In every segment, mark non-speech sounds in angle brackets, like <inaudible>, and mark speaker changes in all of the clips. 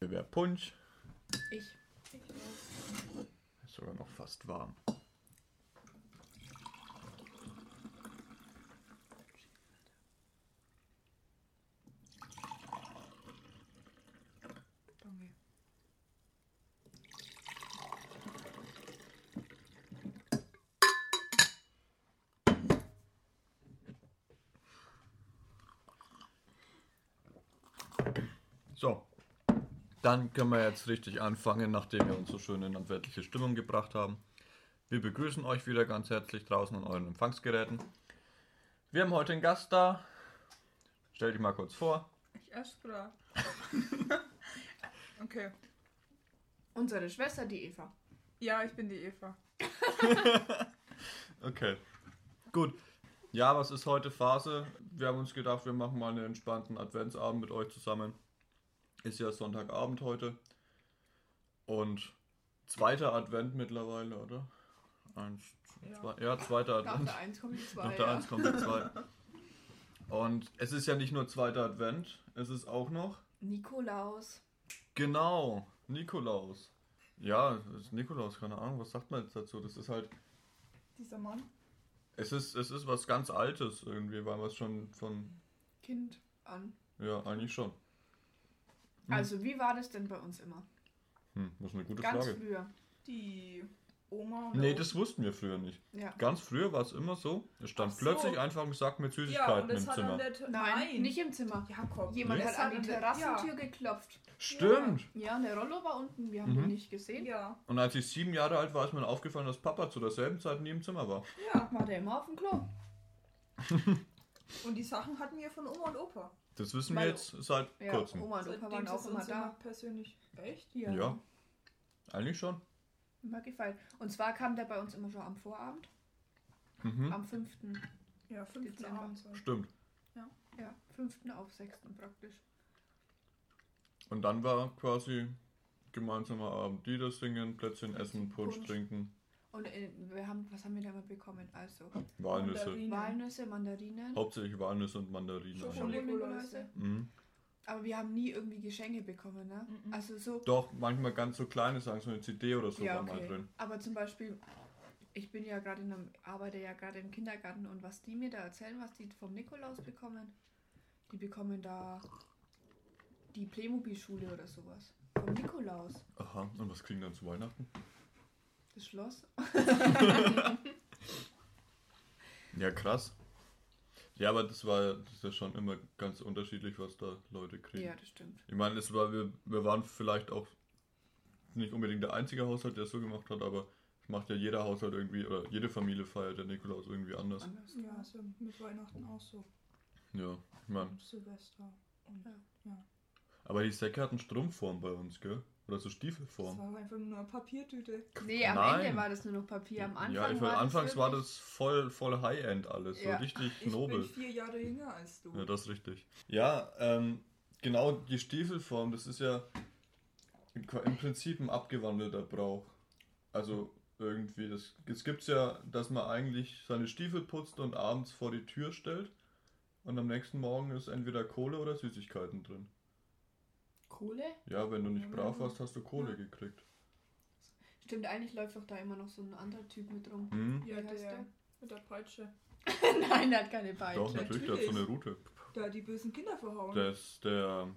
Speaker 1: der Punsch.
Speaker 2: Ich.
Speaker 1: Ist sogar noch fast warm.
Speaker 2: Okay.
Speaker 1: So, dann können wir jetzt richtig anfangen, nachdem wir uns so schön in landwirtliche Stimmung gebracht haben. Wir begrüßen euch wieder ganz herzlich draußen an euren Empfangsgeräten. Wir haben heute einen Gast da. Stell dich mal kurz vor.
Speaker 2: Ich erspra. <laughs> okay.
Speaker 3: Unsere Schwester, die eh Eva.
Speaker 2: Ja, ich bin die Eva.
Speaker 1: Okay. Gut. Ja, was ist heute Phase? Wir haben uns gedacht, wir machen mal einen entspannten Adventsabend mit euch zusammen. Ist ja Sonntagabend heute. Und zweiter Advent mittlerweile, oder? Eins,
Speaker 2: Ja.
Speaker 1: zwei, ja, zweiter
Speaker 3: Nach
Speaker 1: Advent.
Speaker 3: der 1 kommt die 2.
Speaker 1: Nach der Eins kommt die zwei. Und es ist ja nicht nur zweiter Advent, es ist auch noch.
Speaker 3: Nikolaus.
Speaker 1: Genau, Nikolaus. Ja, es ist Nikolaus, keine Ahnung, was sagt man jetzt dazu? Das ist halt.
Speaker 2: Dieser Mann.
Speaker 1: Es ist, es ist was ganz Altes irgendwie, weil wir es schon von.
Speaker 3: Kind an.
Speaker 1: Ja, eigentlich schon. Hm.
Speaker 3: Also, wie war das denn bei uns immer?
Speaker 1: Hm, das ist eine gute
Speaker 3: Ganz
Speaker 1: Frage.
Speaker 3: früher.
Speaker 2: Die Oma. oder
Speaker 1: Nee,
Speaker 2: Opa.
Speaker 1: das wussten wir früher nicht.
Speaker 3: Ja.
Speaker 1: Ganz früher war es immer so, es stand
Speaker 2: Ach so.
Speaker 1: plötzlich einfach ein Sack mit
Speaker 2: Ja,
Speaker 1: Süßigkeiten
Speaker 2: und das
Speaker 1: im
Speaker 2: hat an
Speaker 1: Zimmer.
Speaker 2: der Tür.
Speaker 3: Nein, nicht im Zimmer.
Speaker 2: Jakob.
Speaker 3: Jemand
Speaker 1: Nee.
Speaker 3: hat an die
Speaker 2: der-
Speaker 3: Terrassentür geklopft.
Speaker 1: Stimmt!
Speaker 3: Ja, und der Rollo war unten. Wir haben
Speaker 1: Mhm.
Speaker 3: ihn nicht gesehen.
Speaker 2: Ja.
Speaker 1: Und als ich sieben Jahre alt war, ist mir aufgefallen, dass Papa zu derselben Zeit nie im Zimmer war.
Speaker 2: ja, ja.
Speaker 3: War der immer auf dem Klo?
Speaker 2: Und die Sachen hatten wir von Oma und Opa.
Speaker 1: Das wissen
Speaker 3: Weil-
Speaker 1: wir jetzt seit
Speaker 3: Ja,
Speaker 1: kurzem.
Speaker 3: Oma und Opa
Speaker 2: Seitdem
Speaker 3: waren
Speaker 2: sie
Speaker 3: auch
Speaker 2: sind
Speaker 3: immer
Speaker 2: sie
Speaker 3: da.
Speaker 2: Persönlich. Echt?
Speaker 3: Ja.
Speaker 1: Ja. Eigentlich schon.
Speaker 3: Immer gefallen. Und zwar kam der bei uns immer schon am Vorabend,
Speaker 1: Mhm.
Speaker 3: am 5.
Speaker 2: Ja, fünften
Speaker 3: Dezember.
Speaker 2: Abend. so.
Speaker 1: Stimmt.
Speaker 3: Ja, 5. auf 6. praktisch.
Speaker 1: Und dann war quasi gemeinsamer Abend. Lieder singen, Plätzchen essen, Punsch,
Speaker 3: Punsch.
Speaker 1: trinken,
Speaker 3: Und äh, wir haben, was haben wir da immer bekommen? Also
Speaker 1: Walnüsse.
Speaker 2: Mandarinen.
Speaker 3: Walnüsse, Mandarinen,
Speaker 1: Hauptsächlich Walnüsse und Mandarinen.
Speaker 3: Schoko-
Speaker 1: eigentlich.
Speaker 2: Schokolikolasse.
Speaker 1: Mhm.
Speaker 3: Aber wir haben nie irgendwie Geschenke bekommen, ne?
Speaker 2: Mhm.
Speaker 3: Also so.
Speaker 1: Doch, manchmal ganz so kleine Sachen, so eine CD oder so
Speaker 3: ja,
Speaker 1: war mal
Speaker 3: okay.
Speaker 1: drin.
Speaker 3: Aber zum Beispiel, ich bin ja gerade in einem, arbeite ja gerade im Kindergarten und was die mir da erzählen, was die vom Nikolaus bekommen, die bekommen da die Playmobil-Schule oder sowas. Vom Nikolaus.
Speaker 1: Aha, und was kriegen dann zu Weihnachten?
Speaker 3: Das Schloss.
Speaker 1: Ja, krass. Ja, aber das war das ist ja schon immer ganz unterschiedlich, was da Leute kriegen.
Speaker 3: Ja, das stimmt.
Speaker 1: Ich meine, es war, wir, wir waren vielleicht auch nicht unbedingt der einzige Haushalt, der es so gemacht hat, aber es macht ja jeder Haushalt irgendwie, oder jede Familie feiert der Nikolaus irgendwie anders.
Speaker 3: Anders.
Speaker 2: Ja, so mit Weihnachten auch so.
Speaker 1: Ja, ich meine.
Speaker 2: Und Silvester. Und
Speaker 3: Ja.
Speaker 2: ja.
Speaker 1: Aber die Säcke hatten Strumpfform bei uns, gell? Oder so
Speaker 2: Das
Speaker 1: Stiefelform.
Speaker 2: war einfach nur eine Papiertüte.
Speaker 3: Nee, am
Speaker 1: Nein.
Speaker 3: Ende war das nur noch Papier. Am Anfang
Speaker 1: ja, ich
Speaker 3: war
Speaker 1: weiß, anfangs
Speaker 3: das
Speaker 1: war
Speaker 3: wirklich-
Speaker 1: das voll, voll High-End alles,
Speaker 3: Ja.
Speaker 1: so richtig
Speaker 2: Ich
Speaker 1: nobel.
Speaker 2: bin vier Jahre jünger als du.
Speaker 1: Ja, das ist richtig. Ja, ähm, genau, die Stiefelform, das ist ja im Qua- im Prinzip ein abgewandelter Brauch. Also irgendwie, das, das gibt es ja, dass man eigentlich seine Stiefel putzt und abends vor die Tür stellt und am nächsten Morgen ist entweder Kohle oder Süßigkeiten drin.
Speaker 3: Kohle?
Speaker 1: Ja, wenn du nicht
Speaker 2: Ja.
Speaker 1: brav warst, hast du Kohle
Speaker 2: Ja.
Speaker 1: gekriegt.
Speaker 3: Stimmt, eigentlich läuft doch da immer noch so ein anderer Typ mit rum.
Speaker 1: Hm?
Speaker 3: <laughs>
Speaker 2: Ja,
Speaker 3: Wie heißt
Speaker 2: der mit der Peitsche.
Speaker 3: Nein, der hat keine Beine.
Speaker 1: Doch, ne. natürlich, der hat so eine Route.
Speaker 2: Der hat die bösen Kinder verhauen.
Speaker 1: Der ist der...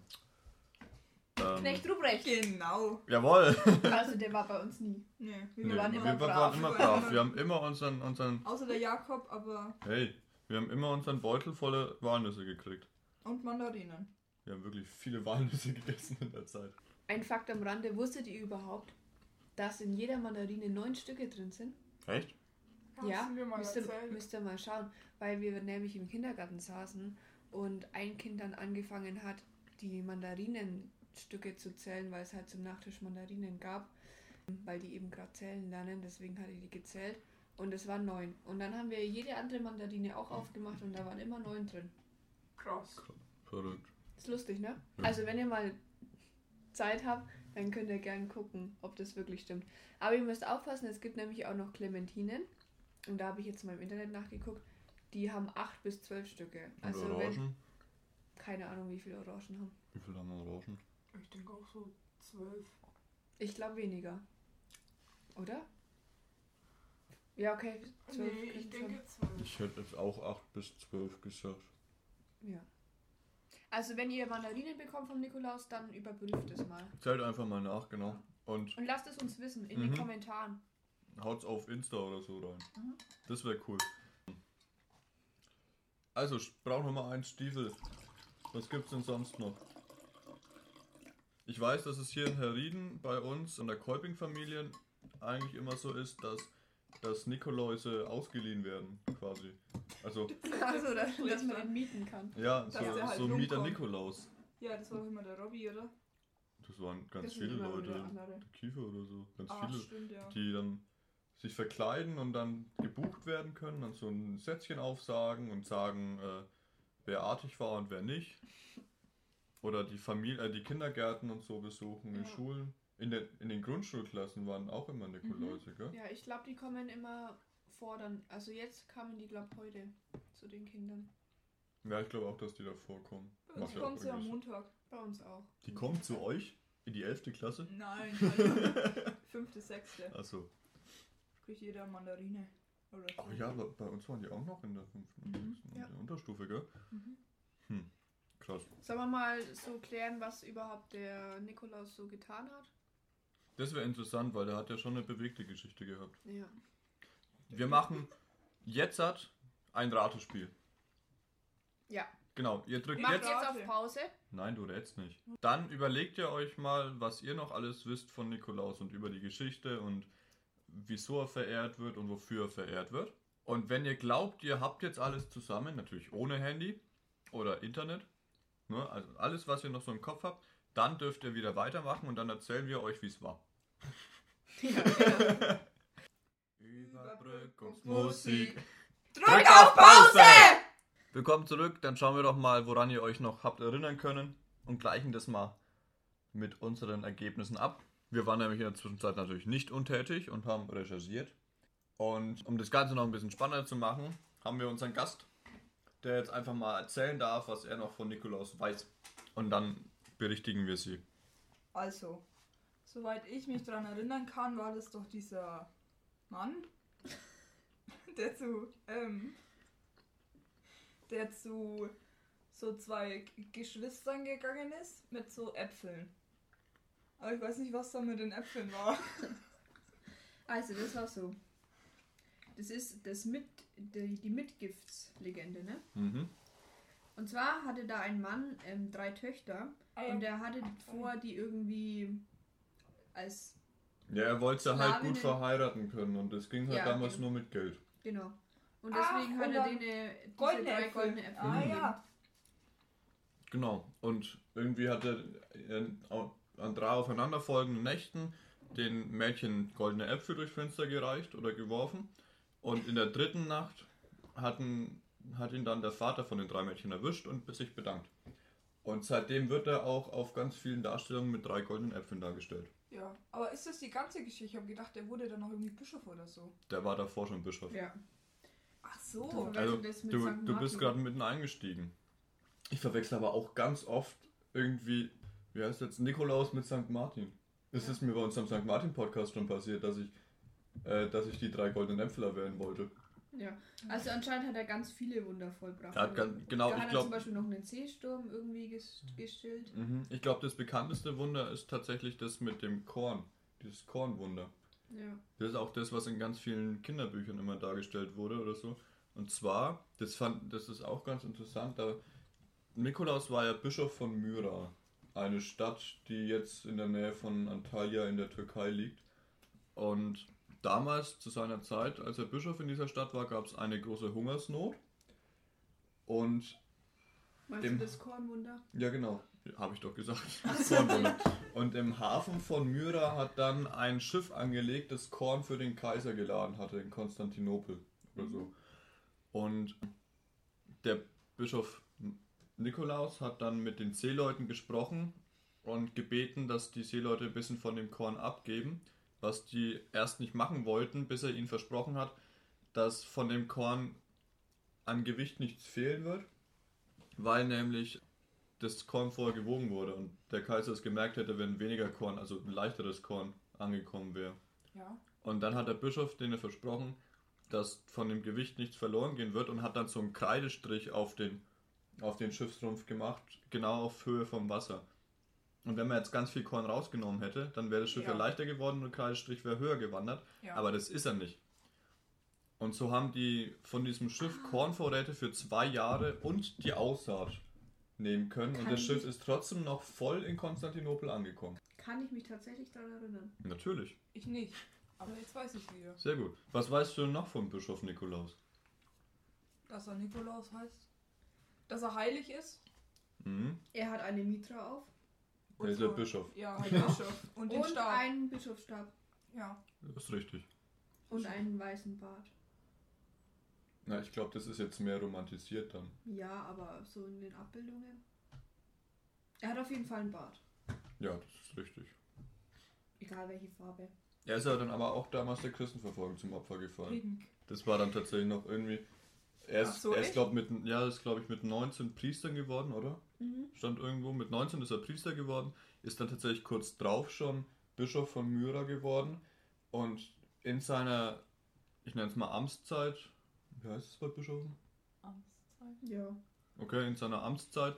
Speaker 1: Ähm,
Speaker 3: Knecht Ruprecht.
Speaker 2: Genau.
Speaker 1: jawohl!
Speaker 3: Also der war bei uns nie.
Speaker 2: Nee,
Speaker 1: <laughs>
Speaker 2: wir
Speaker 1: Nee, wir
Speaker 3: waren
Speaker 1: waren
Speaker 3: immer
Speaker 1: immer
Speaker 3: brav.
Speaker 1: brav. Wir haben immer unseren, unseren
Speaker 2: Außer der Jakob, aber.
Speaker 1: Hey, wir haben immer unseren Beutel voller Walnüsse gekriegt.
Speaker 2: Und Mandarinen.
Speaker 1: Wir haben wirklich viele <laughs> Walnüsse gegessen in der Zeit.
Speaker 3: Ein Fakt am Rande, wusstet ihr überhaupt, dass in jeder Mandarine neun Stücke drin sind?
Speaker 1: Echt?
Speaker 3: ja, müsst ihr, müsst ihr mal schauen, weil wir nämlich im Kindergarten saßen und ein Kind dann angefangen hat, die Mandarinenstücke zu zählen, weil es halt zum Nachtisch Mandarinen gab, weil die eben gerade zählen lernen, deswegen hatte ich die gezählt und es waren neun. Und dann haben wir jede andere Mandarine auch aufgemacht und da waren immer neun drin.
Speaker 2: Krass.
Speaker 1: Verrückt.
Speaker 3: Ist lustig, ne?
Speaker 1: Ja.
Speaker 3: Also wenn ihr mal Zeit habt, dann könnt ihr gern gucken, ob das wirklich stimmt. Aber ihr müsst aufpassen, es gibt nämlich auch noch Clementinen. Und da habe ich jetzt mal im Internet nachgeguckt. Die haben acht bis zwölf Stücke.
Speaker 1: Und
Speaker 3: Also wenn,
Speaker 1: Orangen?
Speaker 3: keine Ahnung, wie viele Orangen haben.
Speaker 1: Wie viele haben Orangen?
Speaker 2: Ich denke auch so zwölf.
Speaker 3: Ich glaube weniger. Oder? Ja, okay. Zwölf
Speaker 2: Nee, ich
Speaker 3: könnten
Speaker 2: denke zwölf.
Speaker 1: Ich hätte jetzt auch 8 bis 12 gesagt.
Speaker 3: schon- Ja. Also wenn ihr Mandarinen bekommt vom Nikolaus, dann überprüft es mal.
Speaker 1: Zählt einfach mal nach, genau. Und
Speaker 3: Und lasst es uns wissen in
Speaker 1: Mhm.
Speaker 3: den
Speaker 2: <laughs>
Speaker 3: Kommentaren.
Speaker 1: haut's auf Insta oder so rein.
Speaker 3: Mhm.
Speaker 1: Das wäre cool. Also, ich brauche nochmal einen Stiefel. Was gibt's denn sonst noch? Ich weiß, dass es hier in Herrieden bei uns in der Kolping-Familie eigentlich immer so ist, dass, dass Nikoläuse ausgeliehen werden, quasi. Also,
Speaker 3: Also, dass,
Speaker 2: Schlechter.
Speaker 3: dass man ihn mieten kann.
Speaker 1: ja, so,
Speaker 2: Dass er halt
Speaker 1: so Mieter
Speaker 2: rumkommt.
Speaker 1: Nikolaus.
Speaker 2: Ja, das war doch immer der Robby, oder?
Speaker 1: Das waren ganz
Speaker 3: Das sind
Speaker 1: viele
Speaker 3: immer
Speaker 1: Leute.
Speaker 3: wieder
Speaker 2: andere.
Speaker 1: Der Kiefer oder so. Ganz
Speaker 2: Ah,
Speaker 1: viele.
Speaker 2: stimmt, ja.
Speaker 1: die dann sich verkleiden und dann gebucht werden können, dann so ein Sätzchen aufsagen und sagen, äh, wer artig war und wer nicht. Oder die Familie, äh, die Kindergärten und so besuchen, in
Speaker 3: Ja.
Speaker 1: Schulen. In, der, in den Grundschulklassen waren auch immer
Speaker 2: Mhm.
Speaker 1: Nikoläuse, gell?
Speaker 3: Ja, ich glaube, die kommen immer vor dann. Also jetzt kamen die, glaube heute zu den Kindern.
Speaker 1: Ja, ich glaube auch, dass die da vorkommen.
Speaker 2: Bei uns
Speaker 1: Macht ja
Speaker 2: kommt
Speaker 1: auch
Speaker 2: sie am
Speaker 1: irgendwie
Speaker 2: Montag.
Speaker 3: Bei uns auch.
Speaker 1: so. Die kommen zu euch in die 11. Klasse? <laughs>
Speaker 2: Nein, Alter. fünfte, sechste.
Speaker 1: Achso.
Speaker 2: Kriegt jeder Mandarine. Oder so.
Speaker 1: Oh ja, aber bei uns waren die auch noch in der 5. und
Speaker 2: Mhm,
Speaker 1: 6. und
Speaker 3: ja.
Speaker 1: der Unterstufe, gell?
Speaker 2: Mhm.
Speaker 1: Hm, krass.
Speaker 3: Sollen wir mal so klären, was überhaupt der Nikolaus so getan hat?
Speaker 1: Das wäre interessant, weil der hat ja schon eine bewegte Geschichte gehabt.
Speaker 3: Ja.
Speaker 1: Wir machen jetzt hat ein Ratespiel.
Speaker 3: Ja.
Speaker 1: Genau, ihr drückt
Speaker 3: Macht
Speaker 1: jetzt.
Speaker 3: jetzt auf Pause.
Speaker 1: Nein, du rätst nicht. Dann überlegt ihr euch mal, was ihr noch alles wisst von Nikolaus und über die Geschichte und wieso er verehrt wird und wofür er verehrt wird. Und wenn ihr glaubt, ihr habt jetzt alles zusammen, natürlich ohne Handy oder Internet, ne, also alles, was ihr noch so im Kopf habt, dann dürft ihr wieder weitermachen und dann erzählen wir euch, wie es war.
Speaker 2: Überbrückungsmusik.
Speaker 1: Drückt auf Pause! Willkommen zurück, dann schauen wir doch mal, woran ihr euch noch habt erinnern können und gleichen das mal mit unseren Ergebnissen ab. Wir waren nämlich in der Zwischenzeit natürlich nicht untätig und haben recherchiert. Und um das Ganze noch ein bisschen spannender zu machen, haben wir unseren Gast, der jetzt einfach mal erzählen darf, was er noch von Nikolaus weiß. Und dann berichtigen wir sie.
Speaker 2: Also, soweit ich mich daran erinnern kann, war das doch dieser Mann, <laughs> der zu, ähm, der zu so zwei G- Geschwistern gegangen ist mit so Äpfeln. Aber ich weiß nicht, was da mit den Äpfeln war.
Speaker 3: Also, das war so. Das ist das mit, die, die Mitgiftslegende, ne?
Speaker 1: Mhm.
Speaker 3: Und zwar hatte da ein Mann ähm, drei Töchter
Speaker 2: Ähm,
Speaker 3: und der hatte vor, die irgendwie als,
Speaker 1: Ja, er wollte sie halt gut
Speaker 3: Sklavinnen-
Speaker 1: verheiraten können und das ging halt
Speaker 3: Ja,
Speaker 1: damals
Speaker 3: genau.
Speaker 1: nur mit Geld.
Speaker 3: genau. Und
Speaker 2: Ach,
Speaker 3: deswegen hat
Speaker 2: Ah, und
Speaker 3: er
Speaker 2: dann
Speaker 3: denen diese
Speaker 2: goldene
Speaker 3: drei
Speaker 2: Äpfel.
Speaker 3: goldene Äpfel
Speaker 2: Ah
Speaker 3: gegeben.
Speaker 2: ja.
Speaker 1: Genau. Und irgendwie hat er in- au- an drei aufeinanderfolgenden Nächten den Mädchen goldene Äpfel durchs Fenster gereicht oder geworfen. Und in der dritten Nacht hatten, hat ihn dann der Vater von den drei Mädchen erwischt und sich bedankt. Und seitdem wird er auch auf ganz vielen Darstellungen mit drei goldenen Äpfeln dargestellt.
Speaker 2: Ja, aber ist das die ganze Geschichte? Ich habe gedacht, der wurde dann noch irgendwie Bischof oder so.
Speaker 1: Der war davor schon Bischof.
Speaker 3: Ja.
Speaker 2: Ach so.
Speaker 3: Du verwechselst
Speaker 1: Also,
Speaker 3: das mit
Speaker 1: du,
Speaker 3: St.
Speaker 1: du bist
Speaker 3: Martin.
Speaker 1: gerade mitten eingestiegen. Ich verwechsel aber auch ganz oft irgendwie, wie heißt jetzt, Nikolaus mit St. Martin. Es
Speaker 2: Ja.
Speaker 1: ist mir bei unserem St. Martin-Podcast schon passiert, dass ich, äh, dass ich die drei goldenen Äpfel erwähnen wollte.
Speaker 3: Ja.
Speaker 2: Mhm.
Speaker 3: Also anscheinend hat er ganz viele Wunder vollbracht.
Speaker 1: Er hat ganz, genau,
Speaker 3: da
Speaker 1: ich
Speaker 3: hat er zum
Speaker 1: glaube,
Speaker 3: Beispiel noch einen Seesturm irgendwie ges- gestillt.
Speaker 1: Mhm. ich glaube, das bekannteste Wunder ist tatsächlich das mit dem Korn. Dieses Kornwunder.
Speaker 3: Ja.
Speaker 1: Das ist auch das, was in ganz vielen Kinderbüchern immer dargestellt wurde oder so. Und zwar, das fand, das ist auch ganz interessant, da Nikolaus war ja Bischof von Myra, eine Stadt, die jetzt in der Nähe von Antalya in der Türkei liegt. Und damals, zu seiner Zeit, als er Bischof in dieser Stadt war, gab es eine große Hungersnot. Und
Speaker 3: Meinst
Speaker 1: Dem-
Speaker 3: du das Kornwunder?
Speaker 1: ja, genau. Habe ich doch gesagt. Kornwunder. Und im Hafen von Myra hat dann ein Schiff angelegt, das Korn für den Kaiser geladen hatte in Konstantinopel oder so. Und der Bischof Nikolaus hat dann mit den Seeleuten gesprochen und gebeten, dass die Seeleute ein bisschen von dem Korn abgeben, was die erst nicht machen wollten, bis er ihnen versprochen hat, dass von dem Korn an Gewicht nichts fehlen wird, weil nämlich das Korn vorher gewogen wurde und der Kaiser es gemerkt hätte, wenn weniger Korn, also ein leichteres Korn, angekommen wäre.
Speaker 2: Ja.
Speaker 1: Und dann hat der Bischof denen versprochen, dass von dem Gewicht nichts verloren gehen wird und hat dann so einen Kreidestrich auf den, auf den Schiffsrumpf gemacht, genau auf Höhe vom Wasser. Und wenn man jetzt ganz viel Korn rausgenommen hätte, dann wäre das Schiff ja,
Speaker 2: Ja.
Speaker 1: leichter geworden und der Kreidestrich wäre höher gewandert.
Speaker 2: ja.
Speaker 1: Aber das ist er nicht. Und so haben die von diesem Schiff
Speaker 2: Ah.
Speaker 1: Kornvorräte für zwei Jahre und die Aussaat nehmen können. und
Speaker 3: Kann
Speaker 1: das
Speaker 3: ich-
Speaker 1: Schiff ist trotzdem noch voll in Konstantinopel angekommen.
Speaker 3: Kann ich mich tatsächlich daran erinnern.
Speaker 1: Natürlich.
Speaker 2: ich nicht. Aber jetzt weiß ich wieder,
Speaker 1: Sehr gut. Was weißt du noch vom Bischof Nikolaus?
Speaker 2: dass er Nikolaus heißt. Dass er heilig ist.
Speaker 1: Mhm.
Speaker 3: Er hat eine Mitra auf
Speaker 1: Der ist der Bischof.
Speaker 2: Ja, ein Bischof. <laughs> Und
Speaker 3: und,
Speaker 2: den Stab.
Speaker 3: einen Bischofsstab
Speaker 2: ja.
Speaker 1: Das ist richtig.
Speaker 3: und einen weißen Bart.
Speaker 1: Na, ich glaube, das ist jetzt mehr romantisiert dann.
Speaker 3: Ja, aber so in den Abbildungen. Er hat auf jeden Fall einen Bart.
Speaker 1: Ja, das ist richtig.
Speaker 3: Egal welche Farbe.
Speaker 1: Er ist ja dann aber auch damals der Christenverfolgung zum Opfer gefallen.
Speaker 2: Pink.
Speaker 1: Das war dann tatsächlich noch irgendwie. Er
Speaker 2: Ach
Speaker 1: ist,
Speaker 2: so,
Speaker 1: er ist
Speaker 2: echt?
Speaker 1: glaube mit, ja, ist, glaub ich, mit 19 Priestern geworden, oder?
Speaker 2: Mhm.
Speaker 1: stand irgendwo. Mit 19 ist er Priester geworden, ist dann tatsächlich kurz drauf schon Bischof von Myra geworden und in seiner, ich nenne es mal Amtszeit, wie heißt es bei Bischöfen?
Speaker 2: Amtszeit.
Speaker 3: Ja.
Speaker 1: Okay, in seiner Amtszeit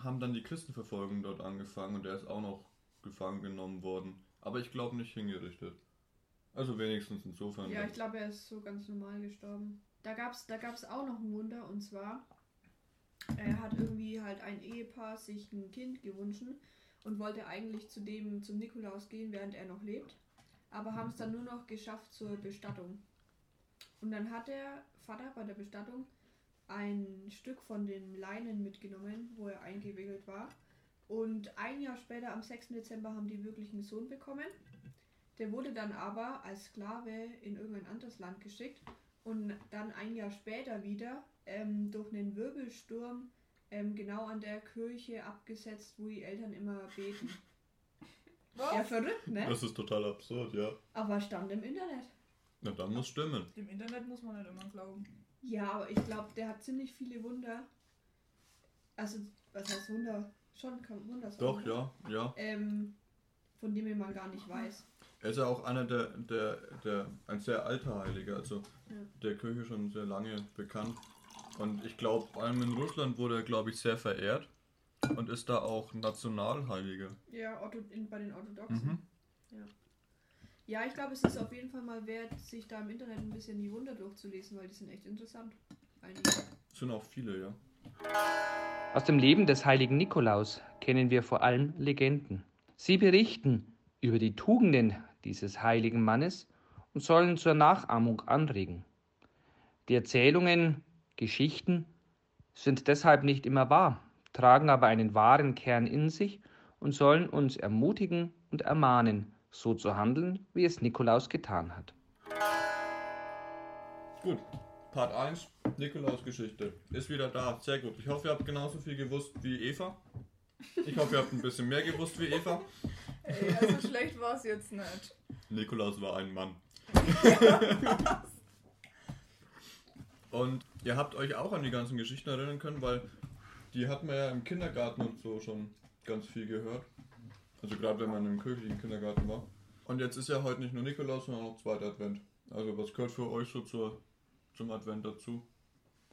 Speaker 1: haben dann die Christenverfolgung dort angefangen und er ist auch noch gefangen genommen worden. Aber ich glaube nicht hingerichtet. Also wenigstens insofern.
Speaker 3: Ja, ich glaube, er ist so ganz normal gestorben. Da gab es da gab's auch noch ein Wunder und zwar, er hat irgendwie halt ein Ehepaar sich ein Kind gewünscht und wollte eigentlich zu dem, zum Nikolaus gehen, während er noch lebt. Aber haben es dann nur noch geschafft zur Bestattung. Und dann hat der Vater bei der Bestattung ein Stück von den Leinen mitgenommen, wo er eingewickelt war. Und ein Jahr später, am 6. Dezember, haben die wirklich einen Sohn bekommen. Der wurde dann aber als Sklave in irgendein anderes Land geschickt und dann ein Jahr später wieder ähm, durch einen Wirbelsturm ähm, genau an der Kirche abgesetzt, wo die Eltern immer beten. Ja,
Speaker 2: Was?
Speaker 3: verrückt, ne?
Speaker 1: Das ist total absurd, ja.
Speaker 3: Aber stand im Internet.
Speaker 1: Na, dann muss stimmen.
Speaker 2: Dem Internet muss man nicht immer glauben.
Speaker 3: Ja, aber ich glaube, der hat ziemlich viele Wunder. Also, was heißt Wunder? Schon kann Wunder sagen.
Speaker 1: Doch,
Speaker 3: ne?
Speaker 1: ja, ja.
Speaker 3: Ähm, von dem man gar nicht weiß.
Speaker 1: Er ist ja auch einer der, der, der ein sehr alter Heiliger, also
Speaker 3: Ja.
Speaker 1: der Kirche schon sehr lange bekannt. Und ich glaube, vor allem in Russland wurde er, glaube ich, sehr verehrt und ist da auch Nationalheiliger.
Speaker 3: Ja, Ortho in, bei den Orthodoxen.
Speaker 1: Mhm.
Speaker 3: Ja, ich glaube, es ist auf jeden Fall mal wert, sich da im Internet ein bisschen die Wunder durchzulesen, weil die sind echt interessant. Einige.
Speaker 1: Sind auch viele, ja.
Speaker 4: Aus dem Leben des heiligen Nikolaus kennen wir vor allem Legenden. Sie berichten über die Tugenden dieses heiligen Mannes und sollen zur Nachahmung anregen. Die Erzählungen, Geschichten sind deshalb nicht immer wahr, tragen aber einen wahren Kern in sich und sollen uns ermutigen und ermahnen, so zu handeln, wie es Nikolaus getan hat.
Speaker 1: Gut, Part 1, Nikolaus Geschichte. Ist wieder da, sehr gut. Ich hoffe, ihr habt genauso viel gewusst wie Eva. Ich hoffe, ihr habt ein bisschen mehr gewusst wie Eva.
Speaker 2: Ey, also <laughs> schlecht war es jetzt nicht.
Speaker 1: Nikolaus war ein Mann. und ihr habt euch auch an die ganzen Geschichten erinnern können, weil die hat man ja im Kindergarten und so schon ganz viel gehört. Also gerade wenn man im kirchlichen Kindergarten war. Und jetzt ist ja heute nicht nur Nikolaus, sondern auch noch zweiter Advent. Also was gehört für euch so zur, zum Advent dazu?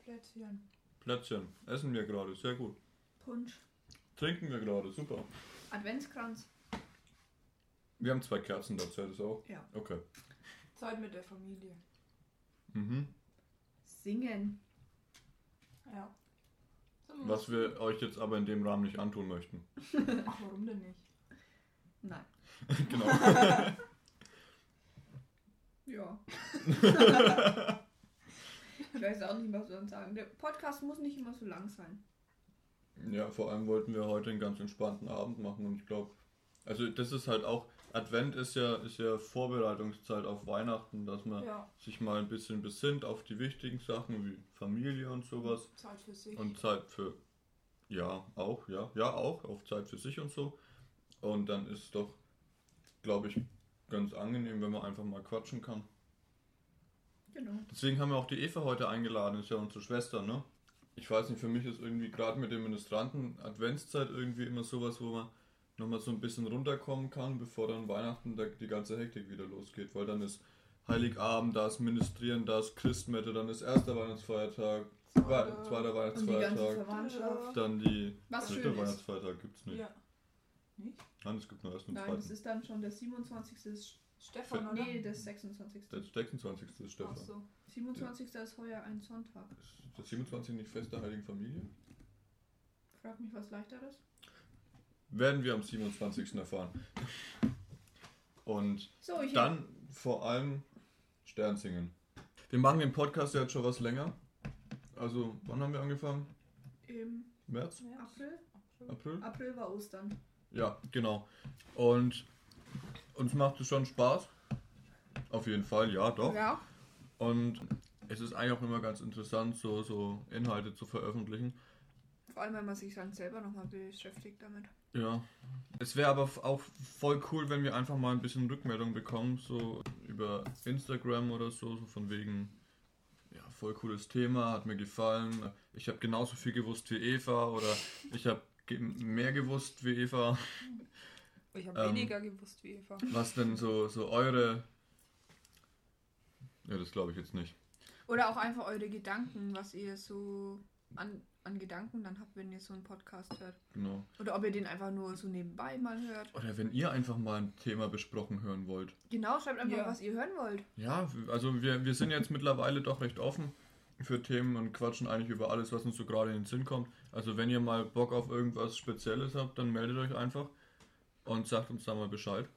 Speaker 2: Plätzchen.
Speaker 1: Plätzchen. Essen wir gerade, sehr gut.
Speaker 3: Punsch.
Speaker 1: Trinken wir gerade, super.
Speaker 3: Adventskranz.
Speaker 1: Wir haben zwei Kerzen, da zählt es auch.
Speaker 3: Ja.
Speaker 1: Okay.
Speaker 2: Zeit mit der Familie.
Speaker 1: Mhm.
Speaker 3: Singen.
Speaker 2: Ja. Zum-
Speaker 1: Was wir euch jetzt aber in dem Rahmen nicht antun möchten.
Speaker 2: Ach, warum denn nicht?
Speaker 3: Nein.
Speaker 1: Genau.
Speaker 3: Ja. <laughs> ich weiß auch nicht, was wir sonst sagen. Der Podcast muss nicht immer so lang sein.
Speaker 1: Ja, vor allem wollten wir heute einen ganz entspannten Abend machen und ich glaube, also das ist halt auch, Advent ist ja, ist ja Vorbereitungszeit auf Weihnachten, dass man
Speaker 2: Ja,
Speaker 1: sich mal ein bisschen besinnt auf die wichtigen Sachen wie Familie und sowas
Speaker 2: Zeit für sich.
Speaker 1: und Zeit für, ja, auch, ja, ja, auch, auf Zeit für sich und so. Und dann ist doch, glaube ich, ganz angenehm, wenn man einfach mal quatschen kann.
Speaker 3: Genau.
Speaker 1: Deswegen haben wir auch die Eva heute eingeladen, ist ja unsere Schwester, ne? ich weiß nicht, für mich ist irgendwie gerade mit den Ministranten Adventszeit irgendwie immer sowas, wo man nochmal so ein bisschen runterkommen kann, bevor dann Weihnachten da die ganze Hektik wieder losgeht, weil dann ist Heiligabend, da ist Ministrieren, da ist Christmette, dann ist erster Weihnachtsfeiertag, wei- zweiter
Speaker 5: Und die ganze
Speaker 1: Weihnachtsfeiertag,
Speaker 5: Verwandtschaft.
Speaker 1: dann die
Speaker 5: Was
Speaker 1: dritte
Speaker 5: schön ist.
Speaker 1: Weihnachtsfeiertag gibt's nicht.
Speaker 2: Ja. Nicht?
Speaker 1: Nein, es gibt nur erst einen
Speaker 5: Nein, das
Speaker 1: zweiten.
Speaker 5: ist dann schon der 27. ist-
Speaker 3: Ah,
Speaker 2: Stefan, oder?
Speaker 5: Nee, das 26.
Speaker 1: Der 26. ist
Speaker 2: Ach
Speaker 1: Stefan.
Speaker 2: so.
Speaker 5: 27. ist heuer ein Sonntag.
Speaker 1: Ist der 27. nicht Fest der Heiligen Familie?
Speaker 5: Frag mich was leichteres.
Speaker 1: Werden wir am 27. erfahren. Und
Speaker 5: So, ich
Speaker 1: dann vor allem Stern singen. Wir machen den Podcast ja jetzt schon was länger. Also, wann haben wir angefangen?
Speaker 5: im
Speaker 1: März?
Speaker 5: April.
Speaker 1: April?
Speaker 5: April war Ostern.
Speaker 1: Ja, genau. Und uns macht es schon Spaß. Auf jeden Fall, ja, doch.
Speaker 3: Ja.
Speaker 1: Und es ist eigentlich auch immer ganz interessant, so, so Inhalte zu veröffentlichen.
Speaker 3: Vor allem, wenn man sich dann selber nochmal beschäftigt damit.
Speaker 1: Ja. Es wäre aber f- auch voll cool, wenn wir einfach mal ein bisschen Rückmeldung bekommen, so über Instagram oder so, so von wegen, ja, voll cooles Thema, hat mir gefallen. Ich habe genauso viel gewusst wie Eva oder ich habe ge- mehr gewusst wie Eva.
Speaker 3: Ich habe
Speaker 1: Ähm.
Speaker 3: weniger gewusst wie Eva.
Speaker 1: Was denn so, so eure. Ja, das glaube ich jetzt nicht.
Speaker 3: Oder auch einfach eure Gedanken, was ihr so an, an Gedanken dann habt, wenn ihr so einen Podcast hört.
Speaker 1: Genau.
Speaker 3: Oder ob ihr den einfach nur so nebenbei mal hört.
Speaker 1: Oder wenn ihr einfach mal ein Thema besprochen hören wollt.
Speaker 3: Genau, schreibt einfach,
Speaker 2: Ja.
Speaker 3: was ihr hören wollt.
Speaker 1: Ja, also wir, wir sind jetzt mittlerweile doch recht offen für Themen und quatschen eigentlich über alles, was uns so gerade in den Sinn kommt. Also wenn ihr mal Bock auf irgendwas Spezielles habt, dann meldet euch einfach und sagt uns da mal Bescheid.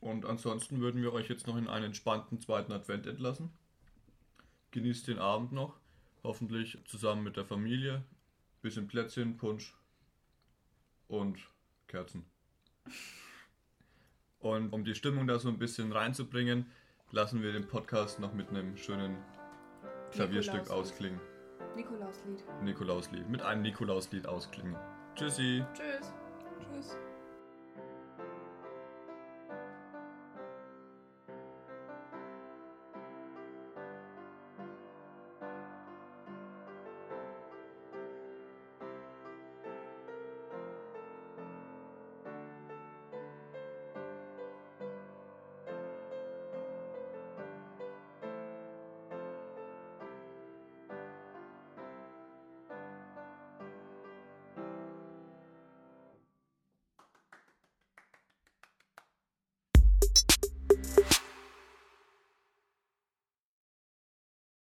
Speaker 1: Und ansonsten würden wir euch jetzt noch in einen entspannten zweiten Advent entlassen. Genießt den Abend noch, hoffentlich zusammen mit der Familie. Bisschen Plätzchen, Punsch und Kerzen. Und um die Stimmung da so ein bisschen reinzubringen, lassen wir den Podcast noch mit einem schönen Klavierstück
Speaker 3: Nikolauslied.
Speaker 1: ausklingen.
Speaker 3: Nikolauslied.
Speaker 1: Nikolauslied. Mit einem Nikolauslied ausklingen. Tschüssi.
Speaker 3: Tschüss.
Speaker 2: Tschüss.